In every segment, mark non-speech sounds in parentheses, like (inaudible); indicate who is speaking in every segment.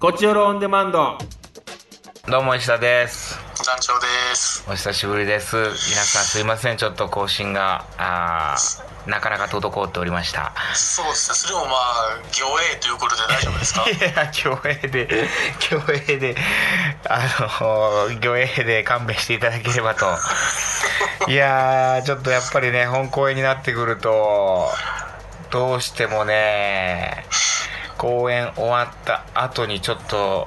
Speaker 1: こちよろオンデマンド
Speaker 2: どうも石田です
Speaker 3: 団長です。
Speaker 2: お久しぶりです皆さんすいませんちょっと更新があーなかなか滞っておりました
Speaker 3: そうですね。それもまあ、行営ということで大丈夫で
Speaker 2: (laughs)
Speaker 3: すか
Speaker 2: いや競泳で競泳であの競泳で勘弁していただければといやーちょっとやっぱりね本公演になってくるとどうしてもね公演終わった後にちょっと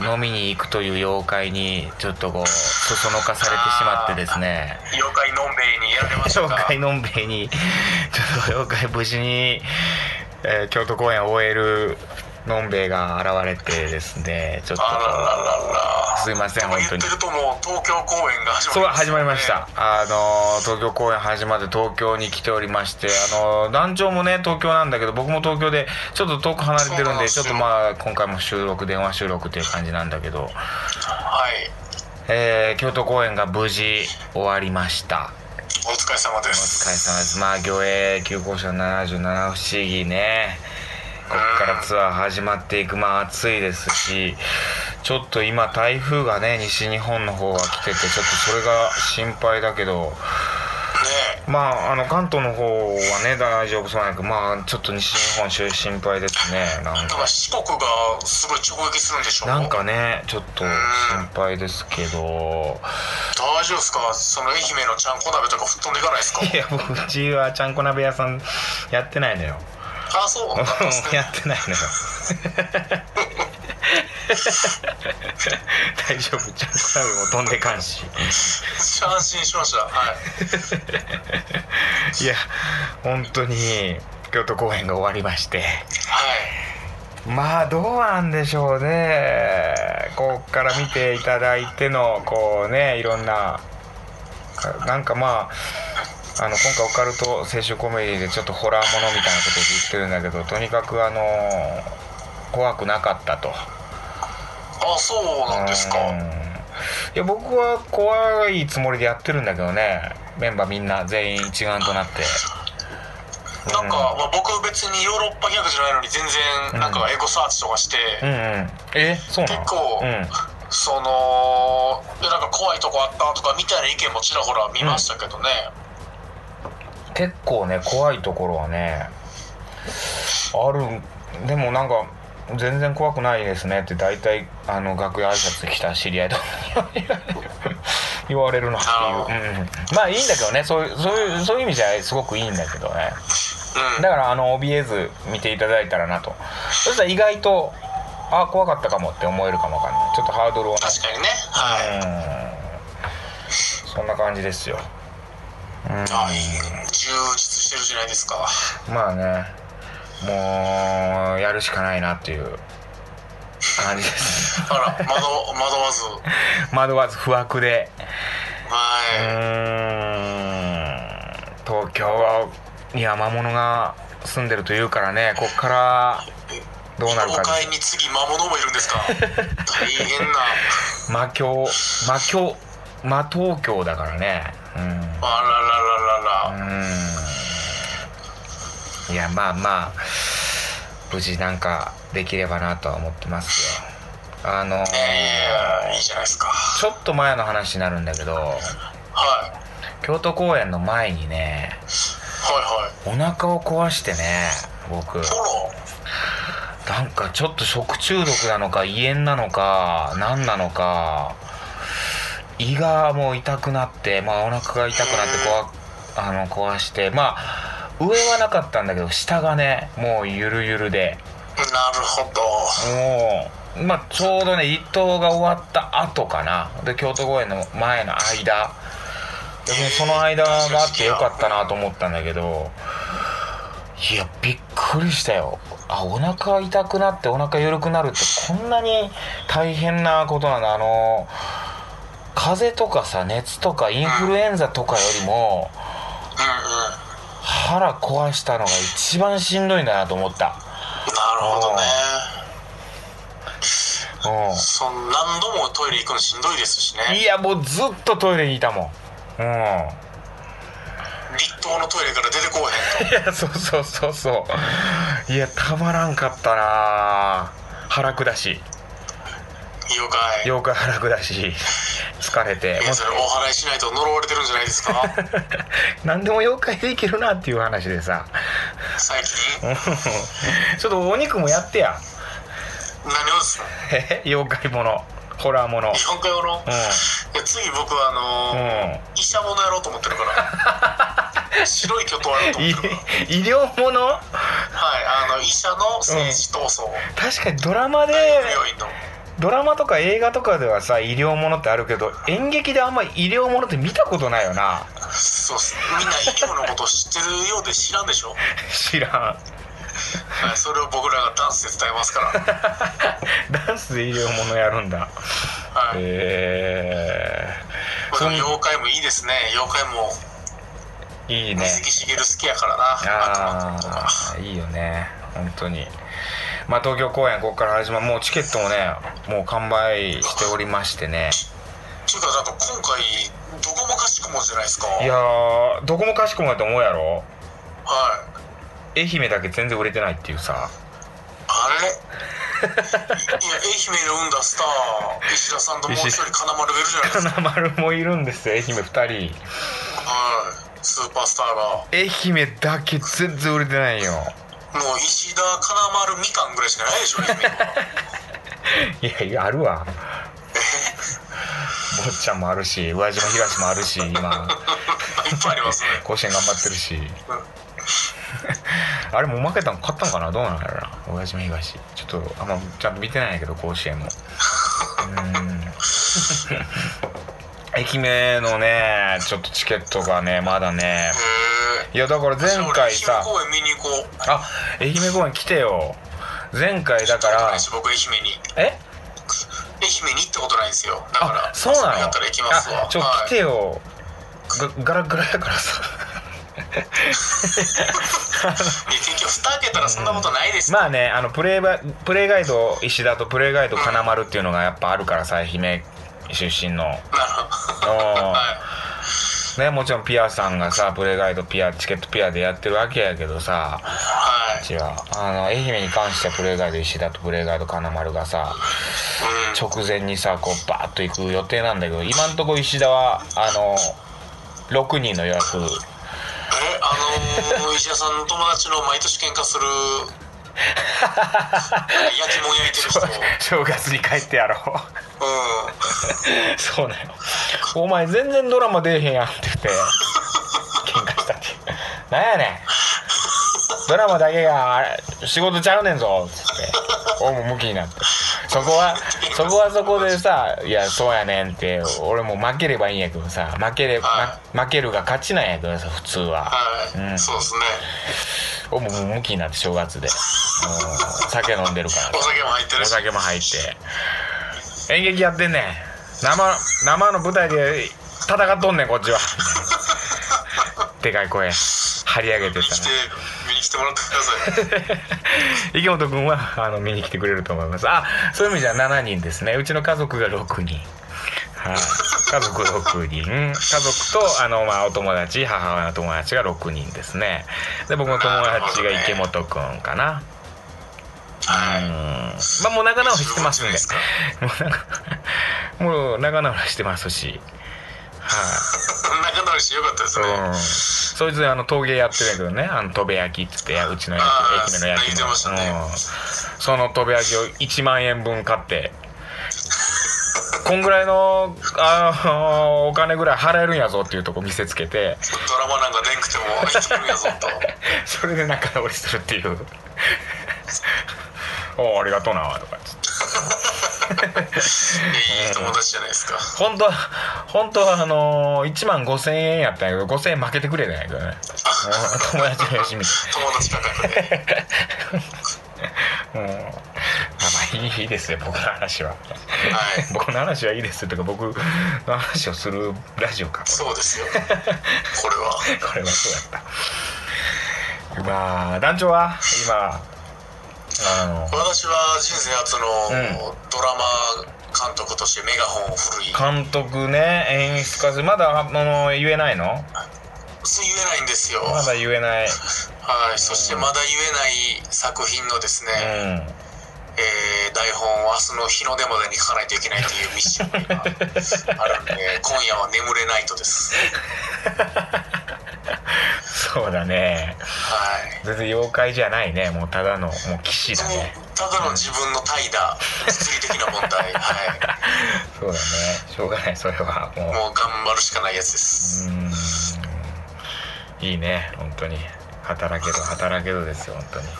Speaker 2: 飲みに行くという妖怪にちょっとこうそそのかされてしまってですね
Speaker 3: 妖怪のんべいにやられました
Speaker 2: 妖
Speaker 3: か
Speaker 2: 怪のんべいにちょっと妖怪無事に、えー京都公演を終えるのんべいが現れてですねちょっと
Speaker 3: あらららら。
Speaker 2: すいません
Speaker 3: でも
Speaker 2: 本当
Speaker 3: 言って
Speaker 2: に
Speaker 3: るともう東京公演が始まり
Speaker 2: そう
Speaker 3: ますね
Speaker 2: 始まりました。あの東京公演始まって東京に来ておりましてあの団長もね東京なんだけど僕も東京でちょっと遠く離れてる
Speaker 3: そうんなん
Speaker 2: で
Speaker 3: です
Speaker 2: ちょ
Speaker 3: よ
Speaker 2: っとまあ今回も収録電話収録っていう感じなんだけど、
Speaker 3: はい。
Speaker 2: えー京都公演が無事終わりました
Speaker 3: お疲れ様で
Speaker 2: お疲れ
Speaker 3: す。
Speaker 2: 様です。まあ、行営旧校舎77不思議ね。こっからツアー始まっていく。まあ、暑いですし、ちょっと今台風がね、西日本の方は来てて、ちょっとそれが心配だけど、
Speaker 3: ね
Speaker 2: まあ、あの、関東の方はね、大丈夫そうなんだけど、まあ、ちょっと西日本中心配ですね。なん
Speaker 3: え。だか、
Speaker 2: から
Speaker 3: 四国がすごい直撃するんでしょう
Speaker 2: なんかね、ちょっと心配ですけど、
Speaker 3: 大丈夫ですかその愛媛のちゃんこ鍋とか吹っ飛んでいかないですか
Speaker 2: (laughs) いや、僕、うちはちゃんこ鍋屋さんやってないのよ。
Speaker 3: あ、そうなんです
Speaker 2: や (laughs)
Speaker 3: ね。
Speaker 2: ってないのよ大丈夫ちゃんと鍋も飛んでかん (laughs) し
Speaker 3: 安心しました。はい。
Speaker 2: いや本当に京都公演が終わりまして
Speaker 3: はい。
Speaker 2: まあどうなんでしょうねこっから見ていただいてのこうねいろんなかなんかまああの今回オカルト青春コメディでちょっとホラーものみたいなこと言ってるんだけどとにかくあの怖くなかったと。
Speaker 3: あ、そうなんですか。
Speaker 2: うんいや僕は怖いつもりでやってるんだけどねメンバーみんな全員一丸となって
Speaker 3: なんか、まあ、僕別にヨーロッパギャグじゃないのに全然なんかエゴサーチとかして、
Speaker 2: うんうんえそうなの
Speaker 3: 結構
Speaker 2: うん
Speaker 3: そのいやなんか怖いとこあったとかみたいな意見もちらほら見ましたけどね、
Speaker 2: 結構ね怖いところはねあるでもなんか全然怖くないですねって大体あの楽屋挨拶来た知り合いとかに (laughs) 言われるなっていう、うんうん、まあいいんだけどねそういうそういうそういう意味じゃすごくいいんだけどね
Speaker 3: うん
Speaker 2: だからあの怯えず見ていただいたらなとそしたら意外とあ怖かったかもって思えるかもわかんないちょっとハードルをね
Speaker 3: 確かにねはい、
Speaker 2: うんそんな感じですよ
Speaker 3: あいい充実してるじゃないですか
Speaker 2: まあねもうやるしかないなっていう感じです
Speaker 3: (laughs) あら惑惑わず
Speaker 2: 惑わず不惑でう
Speaker 3: はい、
Speaker 2: ーん東京に山物が住んでるというからねこっからどうなる
Speaker 3: 妖
Speaker 2: か
Speaker 3: 怪に次魔物もいるんですか大
Speaker 2: (laughs)
Speaker 3: 変な、
Speaker 2: 魔教魔教魔東京だからねうん
Speaker 3: あららららら、
Speaker 2: うんいやまあまあ無事なんかできればなとは思ってますよあの
Speaker 3: いやいやいいじゃないですか
Speaker 2: ちょっと前の話になるんだけど
Speaker 3: はいはい
Speaker 2: 京都公演の前にね
Speaker 3: はい
Speaker 2: お腹を壊してね僕
Speaker 3: ほら
Speaker 2: なんかちょっと食中毒なのか胃炎なのか何なのか胃がもう痛くなってまあお腹が痛くなってこわあの壊してまあ上はなかったんだけど下がねもうゆるゆるで
Speaker 3: なるほど
Speaker 2: もうまあちょうどね一等が終わった後かなで京都公演の前の間でもその間があってよかったなと思ったんだけどいやびっくりしたよあお腹痛くなってお腹緩くなるってこんなに大変なことなんだあの風邪とかさ熱とかインフルエンザとかよりも
Speaker 3: うんうん
Speaker 2: 腹壊したのが一番しんどいんだなと思った
Speaker 3: なるほどね
Speaker 2: うん
Speaker 3: その何度もトイレ行くのしんどいですしね
Speaker 2: いやもうずっとトイレにいたもんうん
Speaker 3: 立冬のトイレから出てこうへんと
Speaker 2: いやそうそうそうそういやたまらんかったな腹下し
Speaker 3: 妖怪
Speaker 2: 8日腹下し疲れて
Speaker 3: い
Speaker 2: も
Speaker 3: やそれお祓いしないと呪われてるんじゃないです
Speaker 2: (laughs)
Speaker 3: か
Speaker 2: う何でも妖怪でいけるなっていう話で
Speaker 3: (laughs)
Speaker 2: さ
Speaker 3: 最近
Speaker 2: ちょっとお肉もやってや (laughs)
Speaker 3: 何をですか
Speaker 2: え妖怪ものホラーもの
Speaker 3: 日本海語の、いや次僕はあのー
Speaker 2: うん
Speaker 3: 医者ものやろうと思ってるか
Speaker 2: (laughs)
Speaker 3: ら白い巨頭やろうと思
Speaker 2: い
Speaker 3: ってるから
Speaker 2: 医療もの
Speaker 3: はいあの医者の政治闘争、
Speaker 2: 確かにドラマで
Speaker 3: 大学病院の
Speaker 2: ドラマとか映画とかではさ医療ものってあるけど演劇であんまり医療ものって見たことないよな
Speaker 3: そうっすみんな医療のこと知ってるようで知らんでしょ、
Speaker 2: 知ら
Speaker 3: はい、それを僕らがダンスで伝えますから、
Speaker 2: んダンスで医療ものやるんだ
Speaker 3: はい
Speaker 2: え
Speaker 3: これでも妖怪もいいですね妖怪も
Speaker 2: ー、いいね
Speaker 3: 水木しげる好きやからな
Speaker 2: ああいいよね本当にまあ東京公演ここから始まるもうチケットもねもう完売しておりましてね
Speaker 3: ちゅうかなんか今回どこもかしくもじゃないですか
Speaker 2: いやーどこもかしこもやと思うやろ
Speaker 3: はい
Speaker 2: 愛媛だけ全然売れてないっていうさ
Speaker 3: あれいや愛媛の生んだスター石田さんともう一人金丸がいるじゃないですか
Speaker 2: 金丸もいるんですよ愛媛2人
Speaker 3: はいスーパースターが
Speaker 2: 愛媛だけ全然売れてないよ
Speaker 3: もう石田金丸みかんぐらいしかないでしょ愛媛はい
Speaker 2: やいやあるわ坊ちゃんもあるし宇和島東もあるし今
Speaker 3: いっぱいありますね
Speaker 2: 甲子園頑張ってるし (laughs) あれもう負けたん勝ったんかなどうなんやろな宇和島東ちょっとあんまちゃんと見てないけど甲子園もうーん (laughs) 愛媛のねちょっとチケットがねまだね
Speaker 3: へえ
Speaker 2: いやだから前回さ
Speaker 3: 公園見に行こう
Speaker 2: あ愛媛公園来てよ前回だから
Speaker 3: 僕愛媛に
Speaker 2: え
Speaker 3: 愛媛に行ったことないんですよだから
Speaker 2: あそうなの
Speaker 3: 遊びやったら行きますわ
Speaker 2: あちょ
Speaker 3: はい
Speaker 2: 来てよ、がガラガラやからさ (laughs)
Speaker 3: いや結局蓋開けたらそんなことないですよ、
Speaker 2: まあねあのプレイバプレイガイド石田とプレイガイド金丸っていうのがやっぱあるからさ愛媛出身の
Speaker 3: なるほどは
Speaker 2: うんねもちろんピアさんがさプレイガイドピアチケットピアでやってるわけやけどさ
Speaker 3: い
Speaker 2: 違
Speaker 3: は
Speaker 2: うあの愛媛に関してはプレイガイド石田とプレイガイド金丸がさ
Speaker 3: い、うん、
Speaker 2: 直前にさこうバーッと行く予定なんだけど今んとこ石田はあの6人の予約 (laughs)
Speaker 3: えあのー、石田さんの友達の毎年喧嘩する焼きもん焼いてる人うん
Speaker 2: (laughs) 正月に帰ってやろうそうだよ。お前全然ドラマ出えへんやんって言って、喧嘩したっていう。なんやねん。ドラマだけがあれ仕事ちゃうねんぞって言って、おも向きになって。そこは、そこはそこでさ、いや、そうやねんって、俺も負ければいいんやけどさ、負けれ、
Speaker 3: は
Speaker 2: ま負けるが勝ちなんやけどさ、普通は。
Speaker 3: はい、
Speaker 2: うん
Speaker 3: そうですね
Speaker 2: おも向きになって正月で。うん酒飲んでるから
Speaker 3: お酒も入って
Speaker 2: お
Speaker 3: るし
Speaker 2: 酒も入って演劇やってんねん生生の舞台で戦っとんねんこっちはでかい声張り上げて
Speaker 3: 見に
Speaker 2: た
Speaker 3: 来て見に来てもらってください
Speaker 2: ら (laughs) 池本君はあの見に来てくれると思いますあそういう意味じゃ7人ですねうちの家族が6人はい、家族6人家族とあの、まあ、お友達母親の友達が6人ですねで僕の友達が池本君かな
Speaker 3: は
Speaker 2: う
Speaker 3: い
Speaker 2: んまあもう仲直りしてますん
Speaker 3: い
Speaker 2: で
Speaker 3: いか
Speaker 2: もうなんか (laughs) もう仲直りしてますしはい、
Speaker 3: 仲直りしてよかったですね、
Speaker 2: うん、そいつあの陶芸やってるんやけどねあのとべ焼きっつってうちの焼
Speaker 3: あ
Speaker 2: き愛
Speaker 3: ー
Speaker 2: 媛の焼き
Speaker 3: 言ってました
Speaker 2: の、
Speaker 3: ね
Speaker 2: うんそのとべ焼きを1万円分買
Speaker 3: (laughs)
Speaker 2: ってこんぐらいのあのお金ぐらい払えるんやぞっていうとこ見せつけて
Speaker 3: ドラマなんか出んくても生きてるんやぞと
Speaker 2: それで仲直りするっていう (laughs) 「おおありがとうな」とかっつって
Speaker 3: いい友達じゃないですか
Speaker 2: 本当は本当はあのー、1万5千円やったんやけど5千円負けてくれたんやけどねも
Speaker 3: (laughs)
Speaker 2: う友達のよしみ
Speaker 3: 友達価格で
Speaker 2: もうまあまあいいいいですよ僕の話は (laughs)
Speaker 3: はい
Speaker 2: 僕の話はいいですよとか僕の話をするラジオか
Speaker 3: そうですよこれは
Speaker 2: これはそうやったまあ団長は今あの
Speaker 3: 私は人生初の
Speaker 2: う
Speaker 3: ドラマ監督としてメガホンを振るい
Speaker 2: 監督ね演出家すまだあの言えないの
Speaker 3: そう言えないんですよ
Speaker 2: まだ言えない
Speaker 3: はいそしてまだ言えない作品のですね
Speaker 2: うん
Speaker 3: えー台本を明日の日の出までに書かないといけないというミッションがあるん
Speaker 2: (laughs)
Speaker 3: で今夜は眠れないとです
Speaker 2: そうだね
Speaker 3: はい
Speaker 2: 全然妖怪じゃないねもうただのもう騎士だね
Speaker 3: もうただの自分の怠惰物理的な問
Speaker 2: (laughs)
Speaker 3: 題は
Speaker 2: そうだねしょうがないそれはもう
Speaker 3: いもう頑張るしかないやつです
Speaker 2: うんいいね本当に働けど働けどですよ本当に
Speaker 3: ね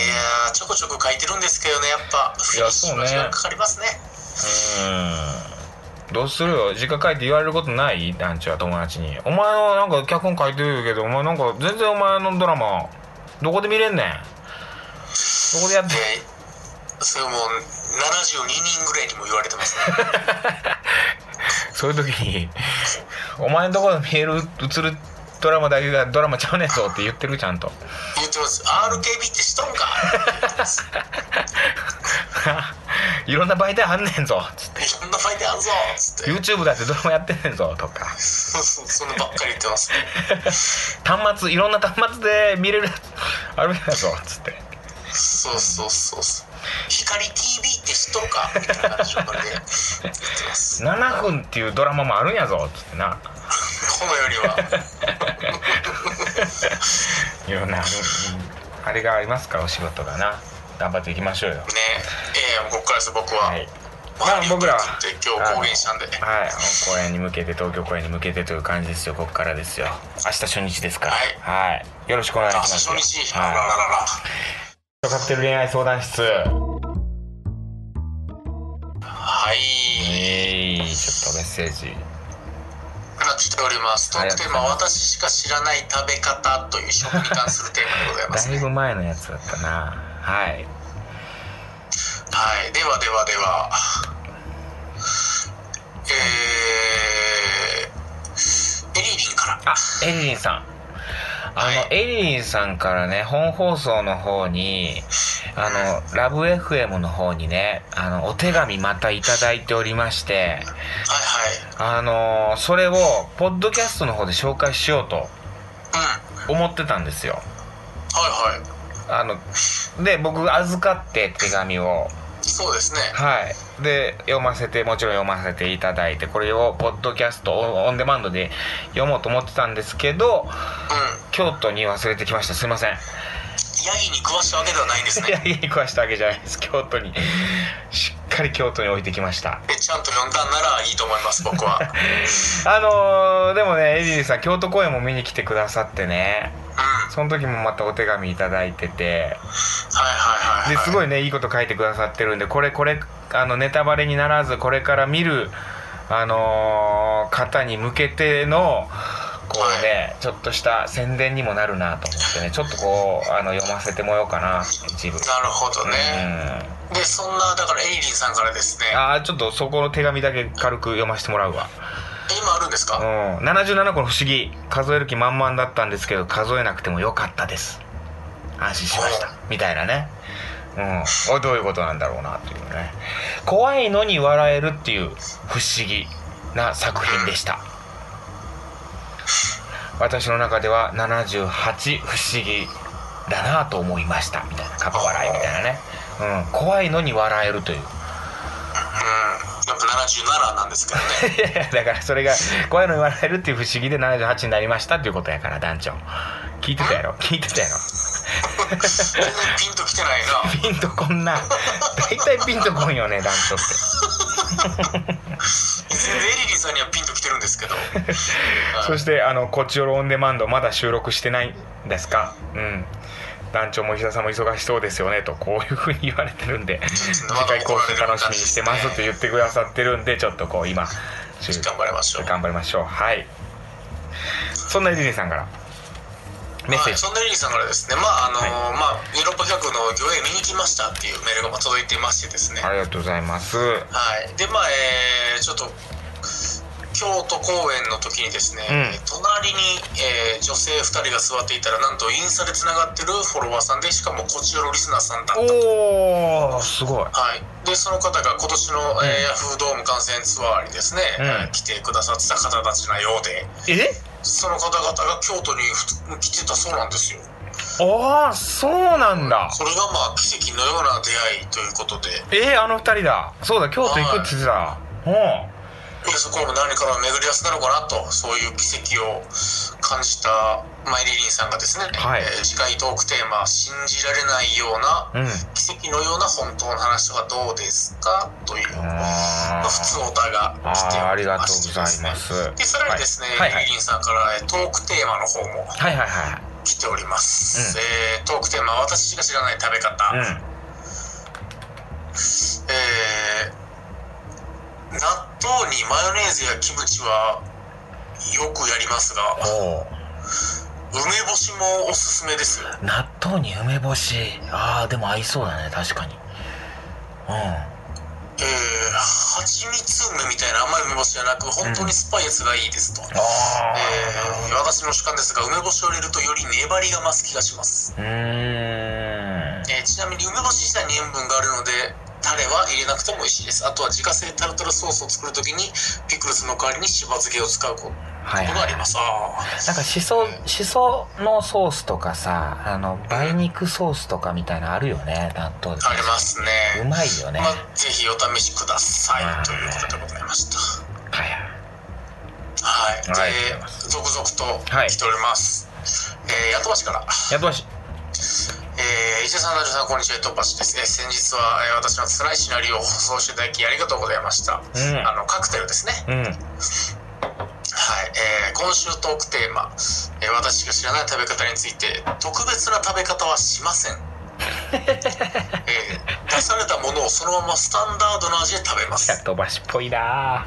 Speaker 3: えいやーちょこちょこ書いてるんですけどねやっぱフィニッシュの時間かかりますね
Speaker 2: うんどうするよ実家帰って言われることない団長は友達に「お前はなんか脚本書いてるけどお前なんか全然お前のドラマどこで見れんねんどこでやっ
Speaker 3: (laughs)
Speaker 2: て
Speaker 3: でそれもう72人ぐらいにも言われてま
Speaker 2: (laughs)
Speaker 3: すね
Speaker 2: そういう時に「お前のところで見える映るドラマだけがドラマちゃうねんぞ」って言ってるちゃんと (laughs)
Speaker 3: 言ってます RKB ってしとんか
Speaker 2: いろんな媒体あんねんぞつって
Speaker 3: いろんなファイターあるぞつって
Speaker 2: YouTube だってドラマやってんねんぞとか
Speaker 3: そうそう (laughs) そんなばっかり言ってますね
Speaker 2: 端末いろんな端末で見れるやつ (laughs) あるやつぞつって
Speaker 3: そうそうそうそう光 TV って知っとるかみたいな感じで (laughs) 言ってます
Speaker 2: 7分っていうドラマもあるんやぞつってな
Speaker 3: このよりはい
Speaker 2: ろんなあるうんあれがありますからお仕事がな頑張っていきましょうよ
Speaker 3: ねええこっからです僕は、
Speaker 2: はい、
Speaker 3: まあ
Speaker 2: 僕らは
Speaker 3: って今日公言したんではい
Speaker 2: はい、本公演に向けて東京公演に向けてという感じですよここからですよ明日初日ですからはい、よろしくお願いし
Speaker 3: 明
Speaker 2: ま
Speaker 3: 日
Speaker 2: す
Speaker 3: 初
Speaker 2: よ
Speaker 3: 日あら
Speaker 2: は
Speaker 3: ら
Speaker 2: い
Speaker 3: らら
Speaker 2: カクテル恋愛相談室
Speaker 3: はい、
Speaker 2: えいちょっとメッセージ
Speaker 3: が来ておりますトークテーマ「私しか知らない食べ方」という食に関するテーマでござい (laughs) ます
Speaker 2: だい
Speaker 3: ね
Speaker 2: ぶ前のやつだったなはい
Speaker 3: はい、ではではでは。えー、エリリンか
Speaker 2: あ
Speaker 3: ら。
Speaker 2: エリリンさんあの、
Speaker 3: は
Speaker 2: エリリンさんからね本放送の方にあのラブ FM の方にねあのお手紙またいただいておりまして
Speaker 3: はい
Speaker 2: あのそれをポッドキャストの方で紹介しようと
Speaker 3: はい。うん。
Speaker 2: 思ってたんですよ
Speaker 3: はいは
Speaker 2: あので僕預かって手紙を
Speaker 3: い。そうですね。
Speaker 2: はいで読ませてもちろん読ませていただいてこれをポッドキャストオンオンデマンドで読もうと思ってたんですけど
Speaker 3: うん。
Speaker 2: 京都に忘れてきましたすいません
Speaker 3: ヤギに食わしたわけではないんです
Speaker 2: いや
Speaker 3: ね。
Speaker 2: 家に食わしたわけじゃないです京都にしっかり京都に置いてきました
Speaker 3: えちゃんと読んだんならいいと思います、僕
Speaker 2: (laughs)
Speaker 3: は。
Speaker 2: あのーでもねエリリーさん京都公演も見に来てくださってね
Speaker 3: うん。はい
Speaker 2: その時もまたお手紙いただいてて
Speaker 3: はいはい、はい。
Speaker 2: ですご
Speaker 3: い。
Speaker 2: いねいいこと書いてくださってるんでこれこれあのネタバレにならずこれから見るあのー方に向けてのこうねちょっとした宣伝にもなるなと思ってねちょっとこうあの読ませてもらおうかな一部
Speaker 3: なるほどね。
Speaker 2: うん
Speaker 3: で、そんな、だからエリリンさんからですね。
Speaker 2: ああちょっとそこの手紙だけ軽く読ませてもらうわ、
Speaker 3: え今あるんです
Speaker 2: う
Speaker 3: か
Speaker 2: ん、77個の不思議数える気満々だったんですけど数えなくてもよかったです安心しましたみたいなねうんおいどういうことなんだろうなっていうね怖いのに笑えるっていう不思議な作品でした私の中では78不思議だなぁと思いましたみたいな過去笑いみたいなね、うん、怖いのに笑えるという
Speaker 3: うん。やっぱ77なんですけどね。
Speaker 2: いやいや (laughs) だからそれがこういうの言われるっていう不思議で78になりましたっていうことやから団長聞いてた (laughs) やろ聞いてたやろ
Speaker 3: 全然ピンときてないな。
Speaker 2: ピンとこんな大体ピンとこんよね団長って
Speaker 3: 全然エリリンさんにはピンときてる
Speaker 2: (laughs)
Speaker 3: んですけど。
Speaker 2: (laughs) そしてあのこっちよろオンデマンドまだ収録してないんですかうん団長も石田さんも忙しそうですよねとこういうふうに言われてるん (laughs) で次回更新楽しみにしてますって言ってくださってるんでちょっとこう今収録
Speaker 3: 頑張りましょう。
Speaker 2: 頑張りましょうはいそんなエリリーさんからメッセージ
Speaker 3: はい、そんなリリーさんからですね、まああのまあ、ヨーロッパ客の魚影見に来ましたっていうメールがまあ届いていましてですね、は
Speaker 2: あ
Speaker 3: い
Speaker 2: りがとうございます
Speaker 3: でまあえーちょっと京都公演の時にですね、
Speaker 2: うん
Speaker 3: 隣に、えー女性2人が座っていたらなんとインスタでつながってるフォロワーさんでしかもこちらのリスナーさんだったと。
Speaker 2: おおすごい
Speaker 3: はい、でその方が今年の、えーヤフードーム観戦ツアーにですね、
Speaker 2: うん
Speaker 3: えー来てくださってた方たちなようで
Speaker 2: え
Speaker 3: その方々が京都にふつ来てたそうなんですよ
Speaker 2: ああそうなんだ
Speaker 3: それがまあ奇跡のような出会いということで
Speaker 2: えー、あの二人だそうだ京都行くって言ってたう
Speaker 3: でそこも何かの巡り合わせなのかなとそういう奇跡を感じたマイリリンさんがですね、
Speaker 2: はい
Speaker 3: えー次回トークテーマ「信じられないような
Speaker 2: うん
Speaker 3: 奇跡のような本当の話はどうですか?」という、
Speaker 2: ん
Speaker 3: ま
Speaker 2: あ
Speaker 3: あ、普通おたが
Speaker 2: あ
Speaker 3: 来て
Speaker 2: ーあ
Speaker 3: お
Speaker 2: り
Speaker 3: り
Speaker 2: がと
Speaker 3: ま
Speaker 2: う
Speaker 3: して
Speaker 2: ござい
Speaker 3: ですね
Speaker 2: ますはい
Speaker 3: でさらにですね、
Speaker 2: はいはい
Speaker 3: リリンさんからえートークテーマの方も
Speaker 2: はいはいは
Speaker 3: 来ております、
Speaker 2: うん
Speaker 3: えートークテーマは私しか知らない食べ方、
Speaker 2: いうん
Speaker 3: えー納豆にマヨネーズやキムチはよくやりますが
Speaker 2: おー
Speaker 3: 梅干しもおすすめですよ
Speaker 2: 納豆に梅干しああでも合いそうだね確かに
Speaker 3: えー、蜂蜜梅みたいな甘い梅干しじゃなく本当に酸っぱいやつがいいですと、えー私の主観ですが梅干しを入れるとより粘りが増す気がします、
Speaker 2: うんあーうーん
Speaker 3: えーちなみに梅干し自体に塩分があるのでタレは入れなくても美味しいですあとは自家製タルタルソースを作るときにピクルスの代わりにしば漬けを使うこと
Speaker 2: はい
Speaker 3: があります、あー
Speaker 2: なんかしそしそのソースとかさあの梅肉ソースとかみたいなのあるよね納豆で
Speaker 3: あります
Speaker 2: う
Speaker 3: ね
Speaker 2: まいよね、
Speaker 3: まあ、ぜひお試しくださ
Speaker 2: はい
Speaker 3: いということでございました
Speaker 2: はい
Speaker 3: はい、で
Speaker 2: はいありがとうございます
Speaker 3: 続々と
Speaker 2: はい
Speaker 3: 来ております、えー、やとばしから
Speaker 2: やっぱし
Speaker 3: えー、石田さん、ラジオさん、こんにちは、トッパシです。えー先日は、えー私の辛いシナリオを放送していただき、ありがとうございました。
Speaker 2: うん
Speaker 3: あの、カクテルです
Speaker 2: う
Speaker 3: ね。
Speaker 2: ん
Speaker 3: はい。えー今週トークテーマ、えー私が知らない食べ方について、特別な食べ方はしま
Speaker 2: (laughs)
Speaker 3: せん。えー出されたものをそのままスタンダードな味で食べます。
Speaker 2: やっとばしっぽいな
Speaker 3: あ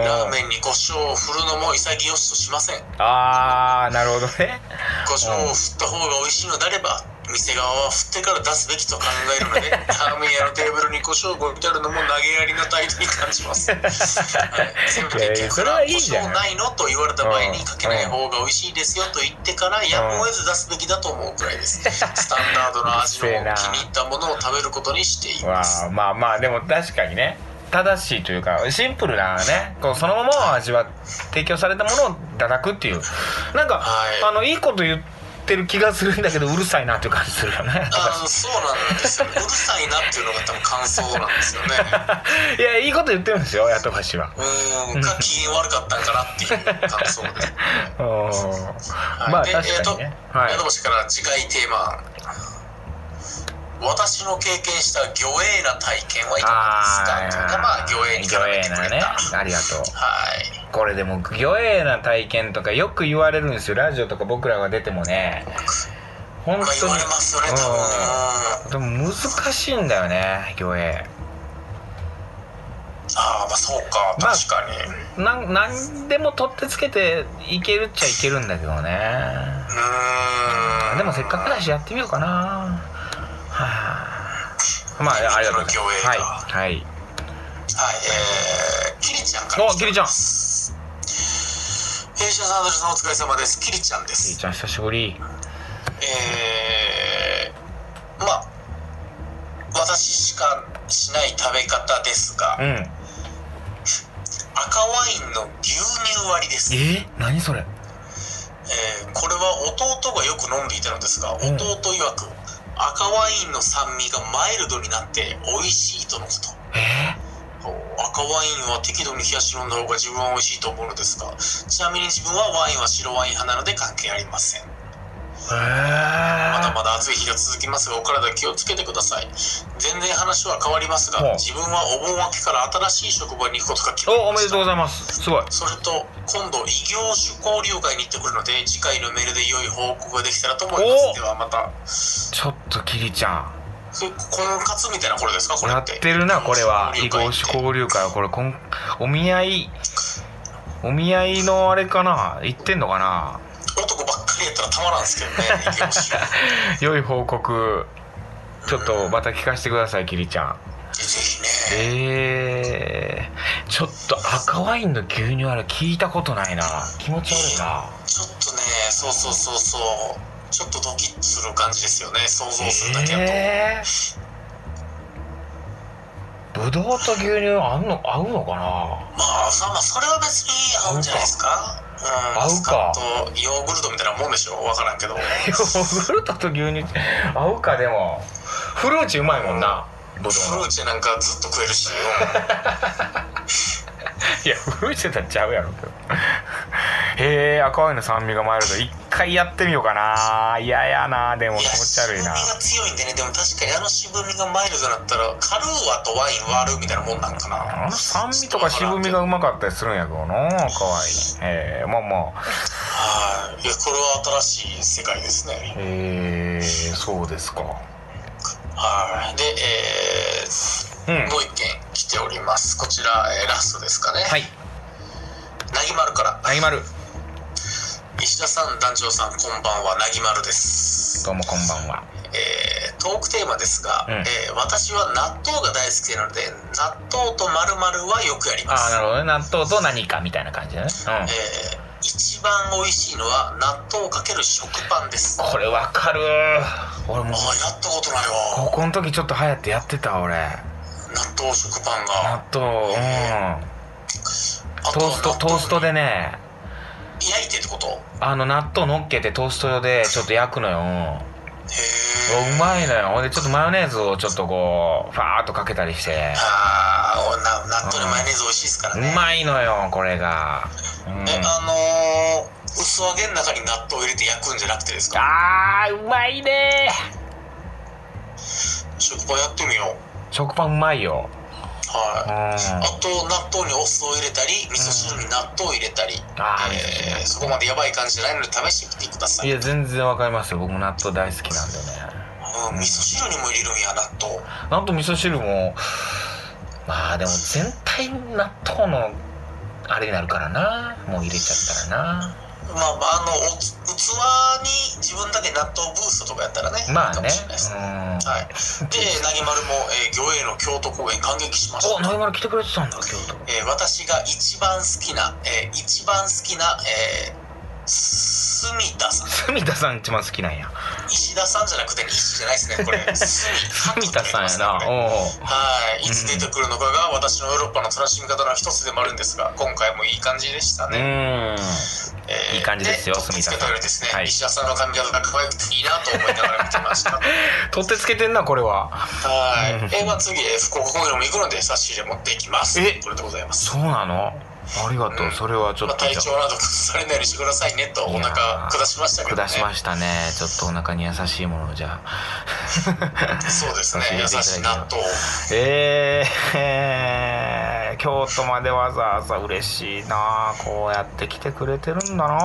Speaker 2: うん
Speaker 3: ラーメンに胡椒を振るのも潔しとしません。
Speaker 2: あーなるほど
Speaker 3: (laughs)
Speaker 2: ね
Speaker 3: 胡椒を振った方が美味しいのであれば店側は振ってから出すべきと考える
Speaker 2: (laughs)
Speaker 3: のでラーメン屋のテーブルに胡椒を置いてあるのも投げやりの態度に感じます、はい、せめ
Speaker 2: そ
Speaker 3: て客
Speaker 2: れ
Speaker 3: から
Speaker 2: は
Speaker 3: 胡
Speaker 2: いいじゃん
Speaker 3: 椒ないのと言われた場合
Speaker 2: う
Speaker 3: に
Speaker 2: ん
Speaker 3: かけない方が美味しいですよと言ってからやむを得ず出すべきだと思うくらいですスタンダードな味の
Speaker 2: うるせ
Speaker 3: 気
Speaker 2: え
Speaker 3: に
Speaker 2: な
Speaker 3: 入ったものを食べることにしてい
Speaker 2: わ
Speaker 3: ます
Speaker 2: あまあまあでも確かにね正しいというかシンプルなねこうそのまま味わ提供されたものをいただくっていうなんか、
Speaker 3: はい
Speaker 2: あのいいこと言ってる気がするんだけどうるさいなっていう感じするよね
Speaker 3: あのそうなんですようるさいなっていうのが多分感想なんですよね
Speaker 2: (laughs) いやいいこと言ってるんですよやとばしは
Speaker 3: うーんが機嫌悪かったんかなっていう感
Speaker 2: (laughs)
Speaker 3: 想です
Speaker 2: うん
Speaker 3: はい
Speaker 2: まあ
Speaker 3: で
Speaker 2: 確かにね
Speaker 3: えーと
Speaker 2: はい
Speaker 3: 宿星から次回テーマ私の経験した魚影な体験はいかがですかというのがまあ魚影に絡めてく
Speaker 2: 魚
Speaker 3: れ
Speaker 2: 影なね
Speaker 3: た、
Speaker 2: ありがとう
Speaker 3: はい
Speaker 2: これでも魚影な体験とかよく言われるんですよラジオとか僕らが出てもね本
Speaker 3: まあ
Speaker 2: 当に
Speaker 3: 言われますよね多
Speaker 2: う
Speaker 3: 分
Speaker 2: んでも難しいんだよね魚影
Speaker 3: ああまあそうか
Speaker 2: まあ
Speaker 3: 確かに、
Speaker 2: なん何でも取ってつけていけるっちゃいけるんだけどね
Speaker 3: うーん
Speaker 2: でもせっかくだしやってみようかなはあまあありがとうございます
Speaker 3: 魚
Speaker 2: は
Speaker 3: 影
Speaker 2: い
Speaker 3: か
Speaker 2: はい
Speaker 3: はいえー、キリちゃんから
Speaker 2: おキリちゃん
Speaker 3: 石田さん、私さんお疲れ様です。キリちゃんで
Speaker 2: ゆい
Speaker 3: す。
Speaker 2: ちゃん久しぶり
Speaker 3: えー、まあ私しかしない食べ方ですが
Speaker 2: うん
Speaker 3: 赤ワインの牛乳割りです、え
Speaker 2: え何それ
Speaker 3: ーこれは弟がよく飲んでいたのですが
Speaker 2: ん
Speaker 3: 弟曰く赤ワインの酸味がマイルドになって美味しいとのこと
Speaker 2: え
Speaker 3: 赤ワインは適度に冷やし飲んだ方が自分は美味しいと思うのですがちなみに自分はワインは白ワイン派なので関係ありません
Speaker 2: え
Speaker 3: まだまだ暑い日が続きますがお体気をつけてください全然話は変わります
Speaker 2: はい
Speaker 3: が自分はお盆明けから新しい職場に行くことが決まり
Speaker 2: おお
Speaker 3: ま
Speaker 2: め
Speaker 3: し
Speaker 2: でと
Speaker 3: た
Speaker 2: うございますすごい
Speaker 3: それと今度異業種交流会に行ってくるので次回のメールで良い報告ができたらと思いま
Speaker 2: お
Speaker 3: すではまた
Speaker 2: ちょっとキリちゃん
Speaker 3: そ婚活みたいなこれですかこれ
Speaker 2: や
Speaker 3: っ
Speaker 2: っててるなこれは
Speaker 3: 異
Speaker 2: 異
Speaker 3: 業
Speaker 2: 業
Speaker 3: 種
Speaker 2: 種
Speaker 3: 交流
Speaker 2: 交流会
Speaker 3: 会って
Speaker 2: はこれこんお見合いお見合いのあれかな行ってんのかな
Speaker 3: 男ばっかりやったらたまらんです
Speaker 2: (laughs)
Speaker 3: けどね異業種
Speaker 2: 良い報告ちょっとまた聞かせてくださいキリちゃん
Speaker 3: ぜひね
Speaker 2: えー、ちょっと赤ワインの牛乳あれ聞いたことないな気持ち悪いな
Speaker 3: ちょっとねそうそうそうそうちょっとドキッとする感じですよね想像するだけだと、
Speaker 2: えーぶどうと牛乳あんの合うのかな
Speaker 3: まあさまあそれは別に合うんじゃないですかうん、
Speaker 2: 合うか
Speaker 3: マスカットヨーグルトみたいなもんでしょ分からんけど
Speaker 2: (laughs) ヨーグルトと牛乳合うかでもフルーチうまいもんなブドウ
Speaker 3: フル
Speaker 2: の
Speaker 3: ーチェなんかずっと食え
Speaker 2: (laughs)
Speaker 3: るし、うん
Speaker 2: いやフルーチだったらちゃうやろけどへえ赤ワインの酸味がマイルド一回やってみようかな嫌やなでも気
Speaker 3: いや
Speaker 2: 持ち悪いな
Speaker 3: 渋みが強いんでねでも確かにあの渋みがマイルドだったらカルーアとワイン割るみたいなもんなんかな
Speaker 2: あの酸味とか渋みがうまかったりするんやけどな赤ワインええまあまあ
Speaker 3: はいいやこれは新しい世界ですね
Speaker 2: ええそうですか
Speaker 3: はいで、えー
Speaker 2: うん
Speaker 3: もう一件来ておりますこちら、えーラストですかね
Speaker 2: はい
Speaker 3: なぎまるから
Speaker 2: なぎまる
Speaker 3: 石田さん団長さんこんばんはなぎまるです
Speaker 2: どうもこんばんは
Speaker 3: えートークテーマですが、
Speaker 2: うん
Speaker 3: えー私は納豆が大好きなので納豆と〇〇はよくやりま
Speaker 2: ああ
Speaker 3: す
Speaker 2: なるほどね納豆と何かみたいな感じだねうん
Speaker 3: えー一番美味しいのは納豆かける食パンですあ
Speaker 2: これわかる俺もう
Speaker 3: ーやったことない
Speaker 2: 高
Speaker 3: わ
Speaker 2: 校の時ちょっと流行ってやってた俺
Speaker 3: 納豆食パンが
Speaker 2: 納豆うん
Speaker 3: あ
Speaker 2: トーストト
Speaker 3: 納豆
Speaker 2: ーストでね
Speaker 3: 焼いてってことへ
Speaker 2: あの納豆乗っけてトーストでちょっと焼くのよ、うんうわ
Speaker 3: え
Speaker 2: うまいのよほんでちょっとマヨネーズをちょっとこうファーっとかけたりして
Speaker 3: あーおな納豆にマヨネーズ美味しいですから
Speaker 2: う
Speaker 3: ね
Speaker 2: まいのよこれが、うん、
Speaker 3: えあのー薄揚げの中に納豆を入れて焼くんじゃなくてですか
Speaker 2: あーうまいね
Speaker 3: 食パンやってみよう
Speaker 2: 食パンうまいよ
Speaker 3: はい
Speaker 2: うん
Speaker 3: あと納豆にお酢を入れたり味噌汁に納豆を入れたり、
Speaker 2: あー味噌汁
Speaker 3: えーそこまでやばい感じじゃないので試してみてくださ
Speaker 2: い
Speaker 3: い、うん、
Speaker 2: や全然わかりますよ僕も納豆大好きなんでね
Speaker 3: 味噌汁にも入れるんや納豆
Speaker 2: 納豆味噌汁もまあでも全体納豆のあれになるからなもう入れちゃったらな
Speaker 3: まあまああのおつ器に自分だけ納豆ブーストとかやったらね
Speaker 2: ま
Speaker 3: いい
Speaker 2: あ
Speaker 3: かも
Speaker 2: ね
Speaker 3: しれないですねはい、で、なぎまるも、えー、魚影の京都公演感激しまし
Speaker 2: うんお
Speaker 3: た
Speaker 2: なぎまる来てくれてたんだ京都
Speaker 3: えー私が一番好きな、えー一番好きな、えー、住田さん
Speaker 2: 住田さん一番好きなんや
Speaker 3: 石田さんじゃなくて石じゃないですねこれ
Speaker 2: (laughs)
Speaker 3: 住
Speaker 2: 住田さんやなおう
Speaker 3: はい、いつ出てくるのかが私のヨーロッパの楽しみ方の一つでもあるんですが今回もいい感じでした
Speaker 2: う
Speaker 3: ね、
Speaker 2: ん
Speaker 3: え
Speaker 2: いい感じですよ
Speaker 3: とっ
Speaker 2: 住
Speaker 3: つ
Speaker 2: 田さ
Speaker 3: け
Speaker 2: ん
Speaker 3: たよりですね、
Speaker 2: はい
Speaker 3: 石田さんの髪型が可愛くていいなと思いながら見てましたは、
Speaker 2: 取ってつけてんなこれはい
Speaker 3: えーまあ、次、えー福岡公演も行くので差し入れ持っていきます
Speaker 2: え
Speaker 3: これでございます
Speaker 2: そうなのありがと
Speaker 3: う
Speaker 2: うんそれはちょっ
Speaker 3: まあ、
Speaker 2: と
Speaker 3: 体
Speaker 2: じゃ
Speaker 3: 調など崩されないようにしてくださいねとお
Speaker 2: いや
Speaker 3: 腹
Speaker 2: ー
Speaker 3: 下しました
Speaker 2: あ
Speaker 3: けど、ね、
Speaker 2: 下しましたねちょっとお腹に優しいものをじゃあ
Speaker 3: (laughs) そうですね
Speaker 2: 差し入れていただい
Speaker 3: 優
Speaker 2: て
Speaker 3: しい納豆
Speaker 2: ええー、 (laughs) 京都までわざわざ嬉しいなこうやって来てくれてるんだない
Speaker 3: ややっ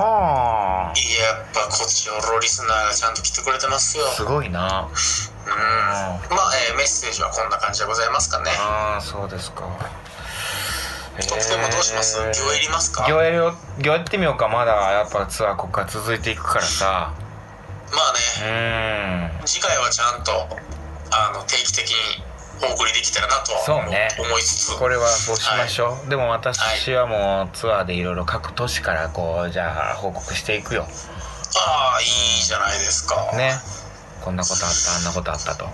Speaker 3: ぱこっちのロリスナーがちゃんと来てくれてますよ
Speaker 2: すごいな
Speaker 3: うんまあ、えーメッセージはこんな感じでございますかね
Speaker 2: ああそうですか
Speaker 3: 得点もどうします
Speaker 2: えー
Speaker 3: 魚いりますか
Speaker 2: 行やよ行やってみようかまだやっぱツアーここから続いていくからさ
Speaker 3: まあ
Speaker 2: う
Speaker 3: ね
Speaker 2: ーん
Speaker 3: 次回はちゃんとあの定期的にお送りできたらなとは
Speaker 2: そ
Speaker 3: 思,、
Speaker 2: うね
Speaker 3: 思いつつ
Speaker 2: これは募集しましょう、でも私はもうツアーでいろいろ各都市からこうじゃあ報告していくよ
Speaker 3: ああいいじゃないですか、
Speaker 2: ねこんなことあったあんなことあったと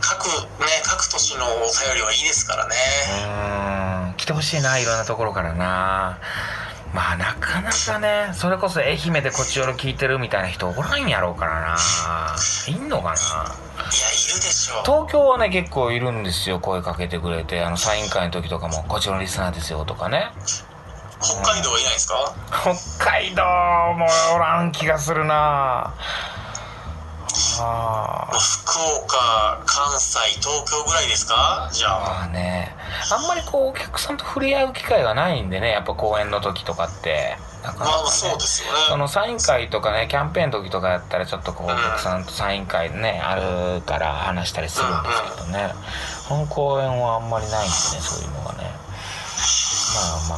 Speaker 3: 各ね各都市のお便りはいいですからね、
Speaker 2: うーん来てほしいないろんなところからなまあなかなかねそれこそ愛媛でこっちよろ聞いてるみたいな人おらんやろうからないんのかない
Speaker 3: やいるでしょう
Speaker 2: 東京はね結構いるんですよ声かけてくれてあのサイン会の時とかも「こっちのリスナーですよ」とかね
Speaker 3: 北海道はいないですか
Speaker 2: 北海道もおらん気がするなあ
Speaker 3: まあ福岡関西東京ぐらいですかじゃあ
Speaker 2: まあねあんまりこうお客さんと触れ合う機会がないんでねやっぱ公演の時とかってなか
Speaker 3: ま
Speaker 2: なか
Speaker 3: あまあそうですよね
Speaker 2: そのサイン会とかねキャンペーンの時とかやったらちょっとこうお客さんとサイン会ねあるから話したりするんですけどねこの公演はあんまりないんでねそういうのがねまあま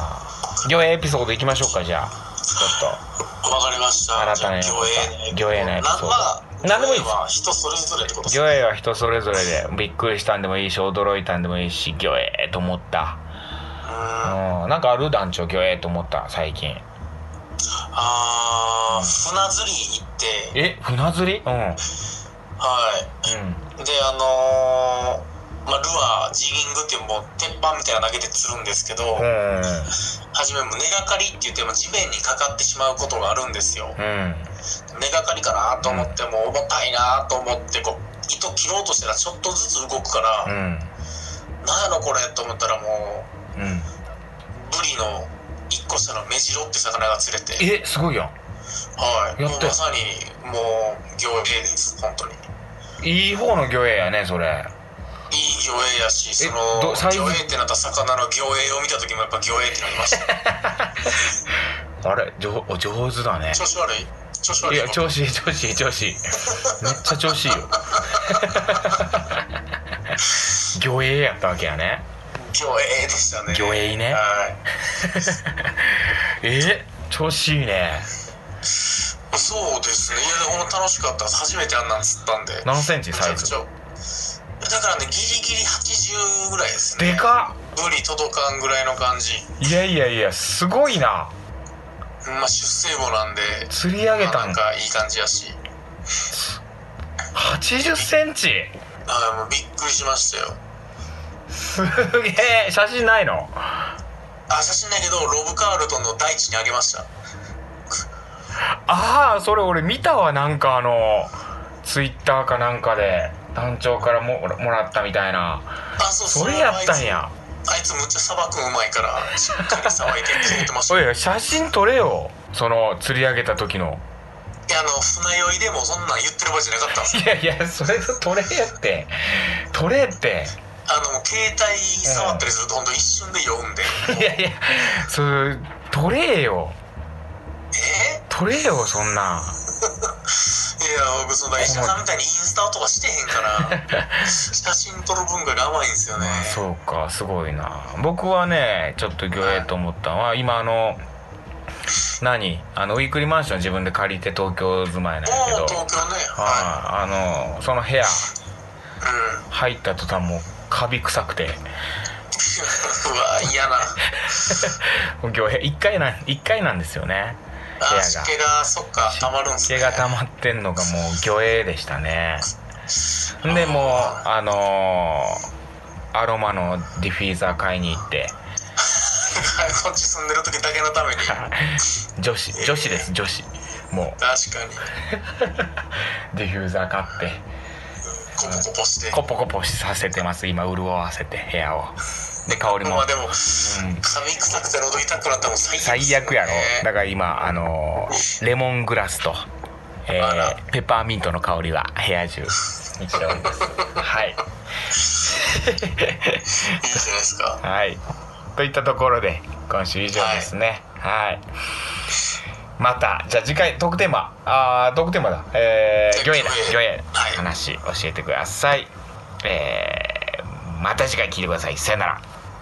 Speaker 2: あ行エピソードいきましょうかじゃあちょっと
Speaker 3: わかりました
Speaker 2: 新たなエピ
Speaker 3: じ
Speaker 2: ソ
Speaker 3: ゃ
Speaker 2: ー
Speaker 3: あ
Speaker 2: ド
Speaker 3: 魚影
Speaker 2: 魚影のエピソード
Speaker 3: なまあ
Speaker 2: 何でもいいです
Speaker 3: 魚影は人それぞれってことですね
Speaker 2: 行エは人それぞれでびっくりしたんでもいいし驚いたんでもいいし行エと思った
Speaker 3: うん
Speaker 2: うんなんかある団長行エと思った最近
Speaker 3: あー船釣りに行って
Speaker 2: え船釣りうんうん
Speaker 3: はいであのーまあ、ルアージギングっていうもう鉄板みたいなの投げて釣るんですけ
Speaker 2: うん
Speaker 3: ど、あ初めも根がかりって言っても地面にかかってしまうことがあるんですよ
Speaker 2: うん
Speaker 3: 根がかりかなと思っても重たいなと思ってこう糸切ろうとしたらちょっとずつ動くから、
Speaker 2: うん
Speaker 3: なんやろこれと思ったらも
Speaker 2: うん
Speaker 3: うブリの一個下のメジロって魚が釣れて
Speaker 2: えすごいや
Speaker 3: はい
Speaker 2: や
Speaker 3: も
Speaker 2: っ
Speaker 3: う
Speaker 2: た
Speaker 3: まさにもう魚影です本当にいい
Speaker 2: んいい方の魚影やねそれ
Speaker 3: 魚影やしその
Speaker 2: えどサイズ
Speaker 3: 魚影ってなった魚の魚影を見た時もやっぱ魚影ってなりました
Speaker 2: あれじょお上手だね
Speaker 3: 調子悪い調子悪
Speaker 2: い
Speaker 3: い
Speaker 2: や調子いい調子いい調子いいめっちゃ調子いいよ魚影やったわけやね
Speaker 3: 魚影でしたね
Speaker 2: 魚影ね
Speaker 3: はい
Speaker 2: え調子いいね
Speaker 3: そうですねいやでも楽しかったです初めてあんなん釣ったんでめ
Speaker 2: 何センチ
Speaker 3: ち
Speaker 2: サ
Speaker 3: ゃ
Speaker 2: イ
Speaker 3: く
Speaker 2: ズ
Speaker 3: ちゃだからねギリギリ80ぐらいですね
Speaker 2: でかっ
Speaker 3: ブリ届かんぐらいの感じ
Speaker 2: いやいやいやすごいな
Speaker 3: まあ出世簿なんで
Speaker 2: 釣り上げ
Speaker 3: まあ
Speaker 2: た
Speaker 3: なんんかいい感じやし
Speaker 2: 8 0ンチ
Speaker 3: あもうびっくりしましたよ
Speaker 2: すげえ写真ないの
Speaker 3: あ写真だけどロブ・カールトンの大地にあげました
Speaker 2: ああそれ俺見たわなんかあのツイッターかなんかで団長からももらったみたいな
Speaker 3: あそう
Speaker 2: それやったん
Speaker 3: あ
Speaker 2: や
Speaker 3: いつあいつむっちゃさばくんうまいからしっかりさばいてくれてまし
Speaker 2: (laughs)
Speaker 3: た
Speaker 2: お
Speaker 3: い
Speaker 2: い写真撮れよその釣り上げた時の
Speaker 3: やあの船酔いでもそんなん言ってる場合じゃなかったんですよ
Speaker 2: いやいやそれ撮れって撮れって
Speaker 3: あのもう携帯触ったりするとほんと一瞬で酔うんで
Speaker 2: いやいやそれ撮れよ
Speaker 3: え
Speaker 2: 撮れよそんない
Speaker 3: や僕その石田さんみたいにインスタとかしてへんから写真撮る文化が甘いんですよね
Speaker 2: そうかすごいな僕はねちょっと魚影と思ったのは今あの何あのウィークリーマンション自分で借りて東京住まいなんやけ
Speaker 3: も
Speaker 2: ど
Speaker 3: う東京ねは
Speaker 2: あああのその部屋
Speaker 3: いうん (laughs)
Speaker 2: 入った途端もうカビ臭くて
Speaker 3: うわ嫌な
Speaker 2: もう魚影一回なん一回なんですよね部屋
Speaker 3: あ
Speaker 2: が
Speaker 3: 湿気がそっか溜まるんすね
Speaker 2: 毛が溜まってんのがもう魚影でしたねでもうあのーアロマのディフューザー買いに行って
Speaker 3: (laughs)
Speaker 2: (laughs)
Speaker 3: こっち住んでる時だけのために確
Speaker 2: 女子女子です女子も
Speaker 3: かに
Speaker 2: うディフューザー買って
Speaker 3: コポコポして
Speaker 2: コポコポさせてます今潤わせて部屋をで香り
Speaker 3: ま
Speaker 2: も
Speaker 3: あでも
Speaker 2: ん
Speaker 3: 髪臭くて喉痛くなったらもう最悪
Speaker 2: 最
Speaker 3: ですよね
Speaker 2: 悪やろだから今あのーレモングラスと、え
Speaker 3: あら
Speaker 2: ーペッパーミントの香りが部屋中にしており
Speaker 3: (laughs)
Speaker 2: ますはい
Speaker 3: いいじゃないですか
Speaker 2: はい。といったところで今週以上ですね。はい。またじゃあ次回トークテーマあートークテーマだ。えー、魚影だ魚影
Speaker 3: はい
Speaker 2: 話教えてください。えー、また次回聞いてください。さよなら。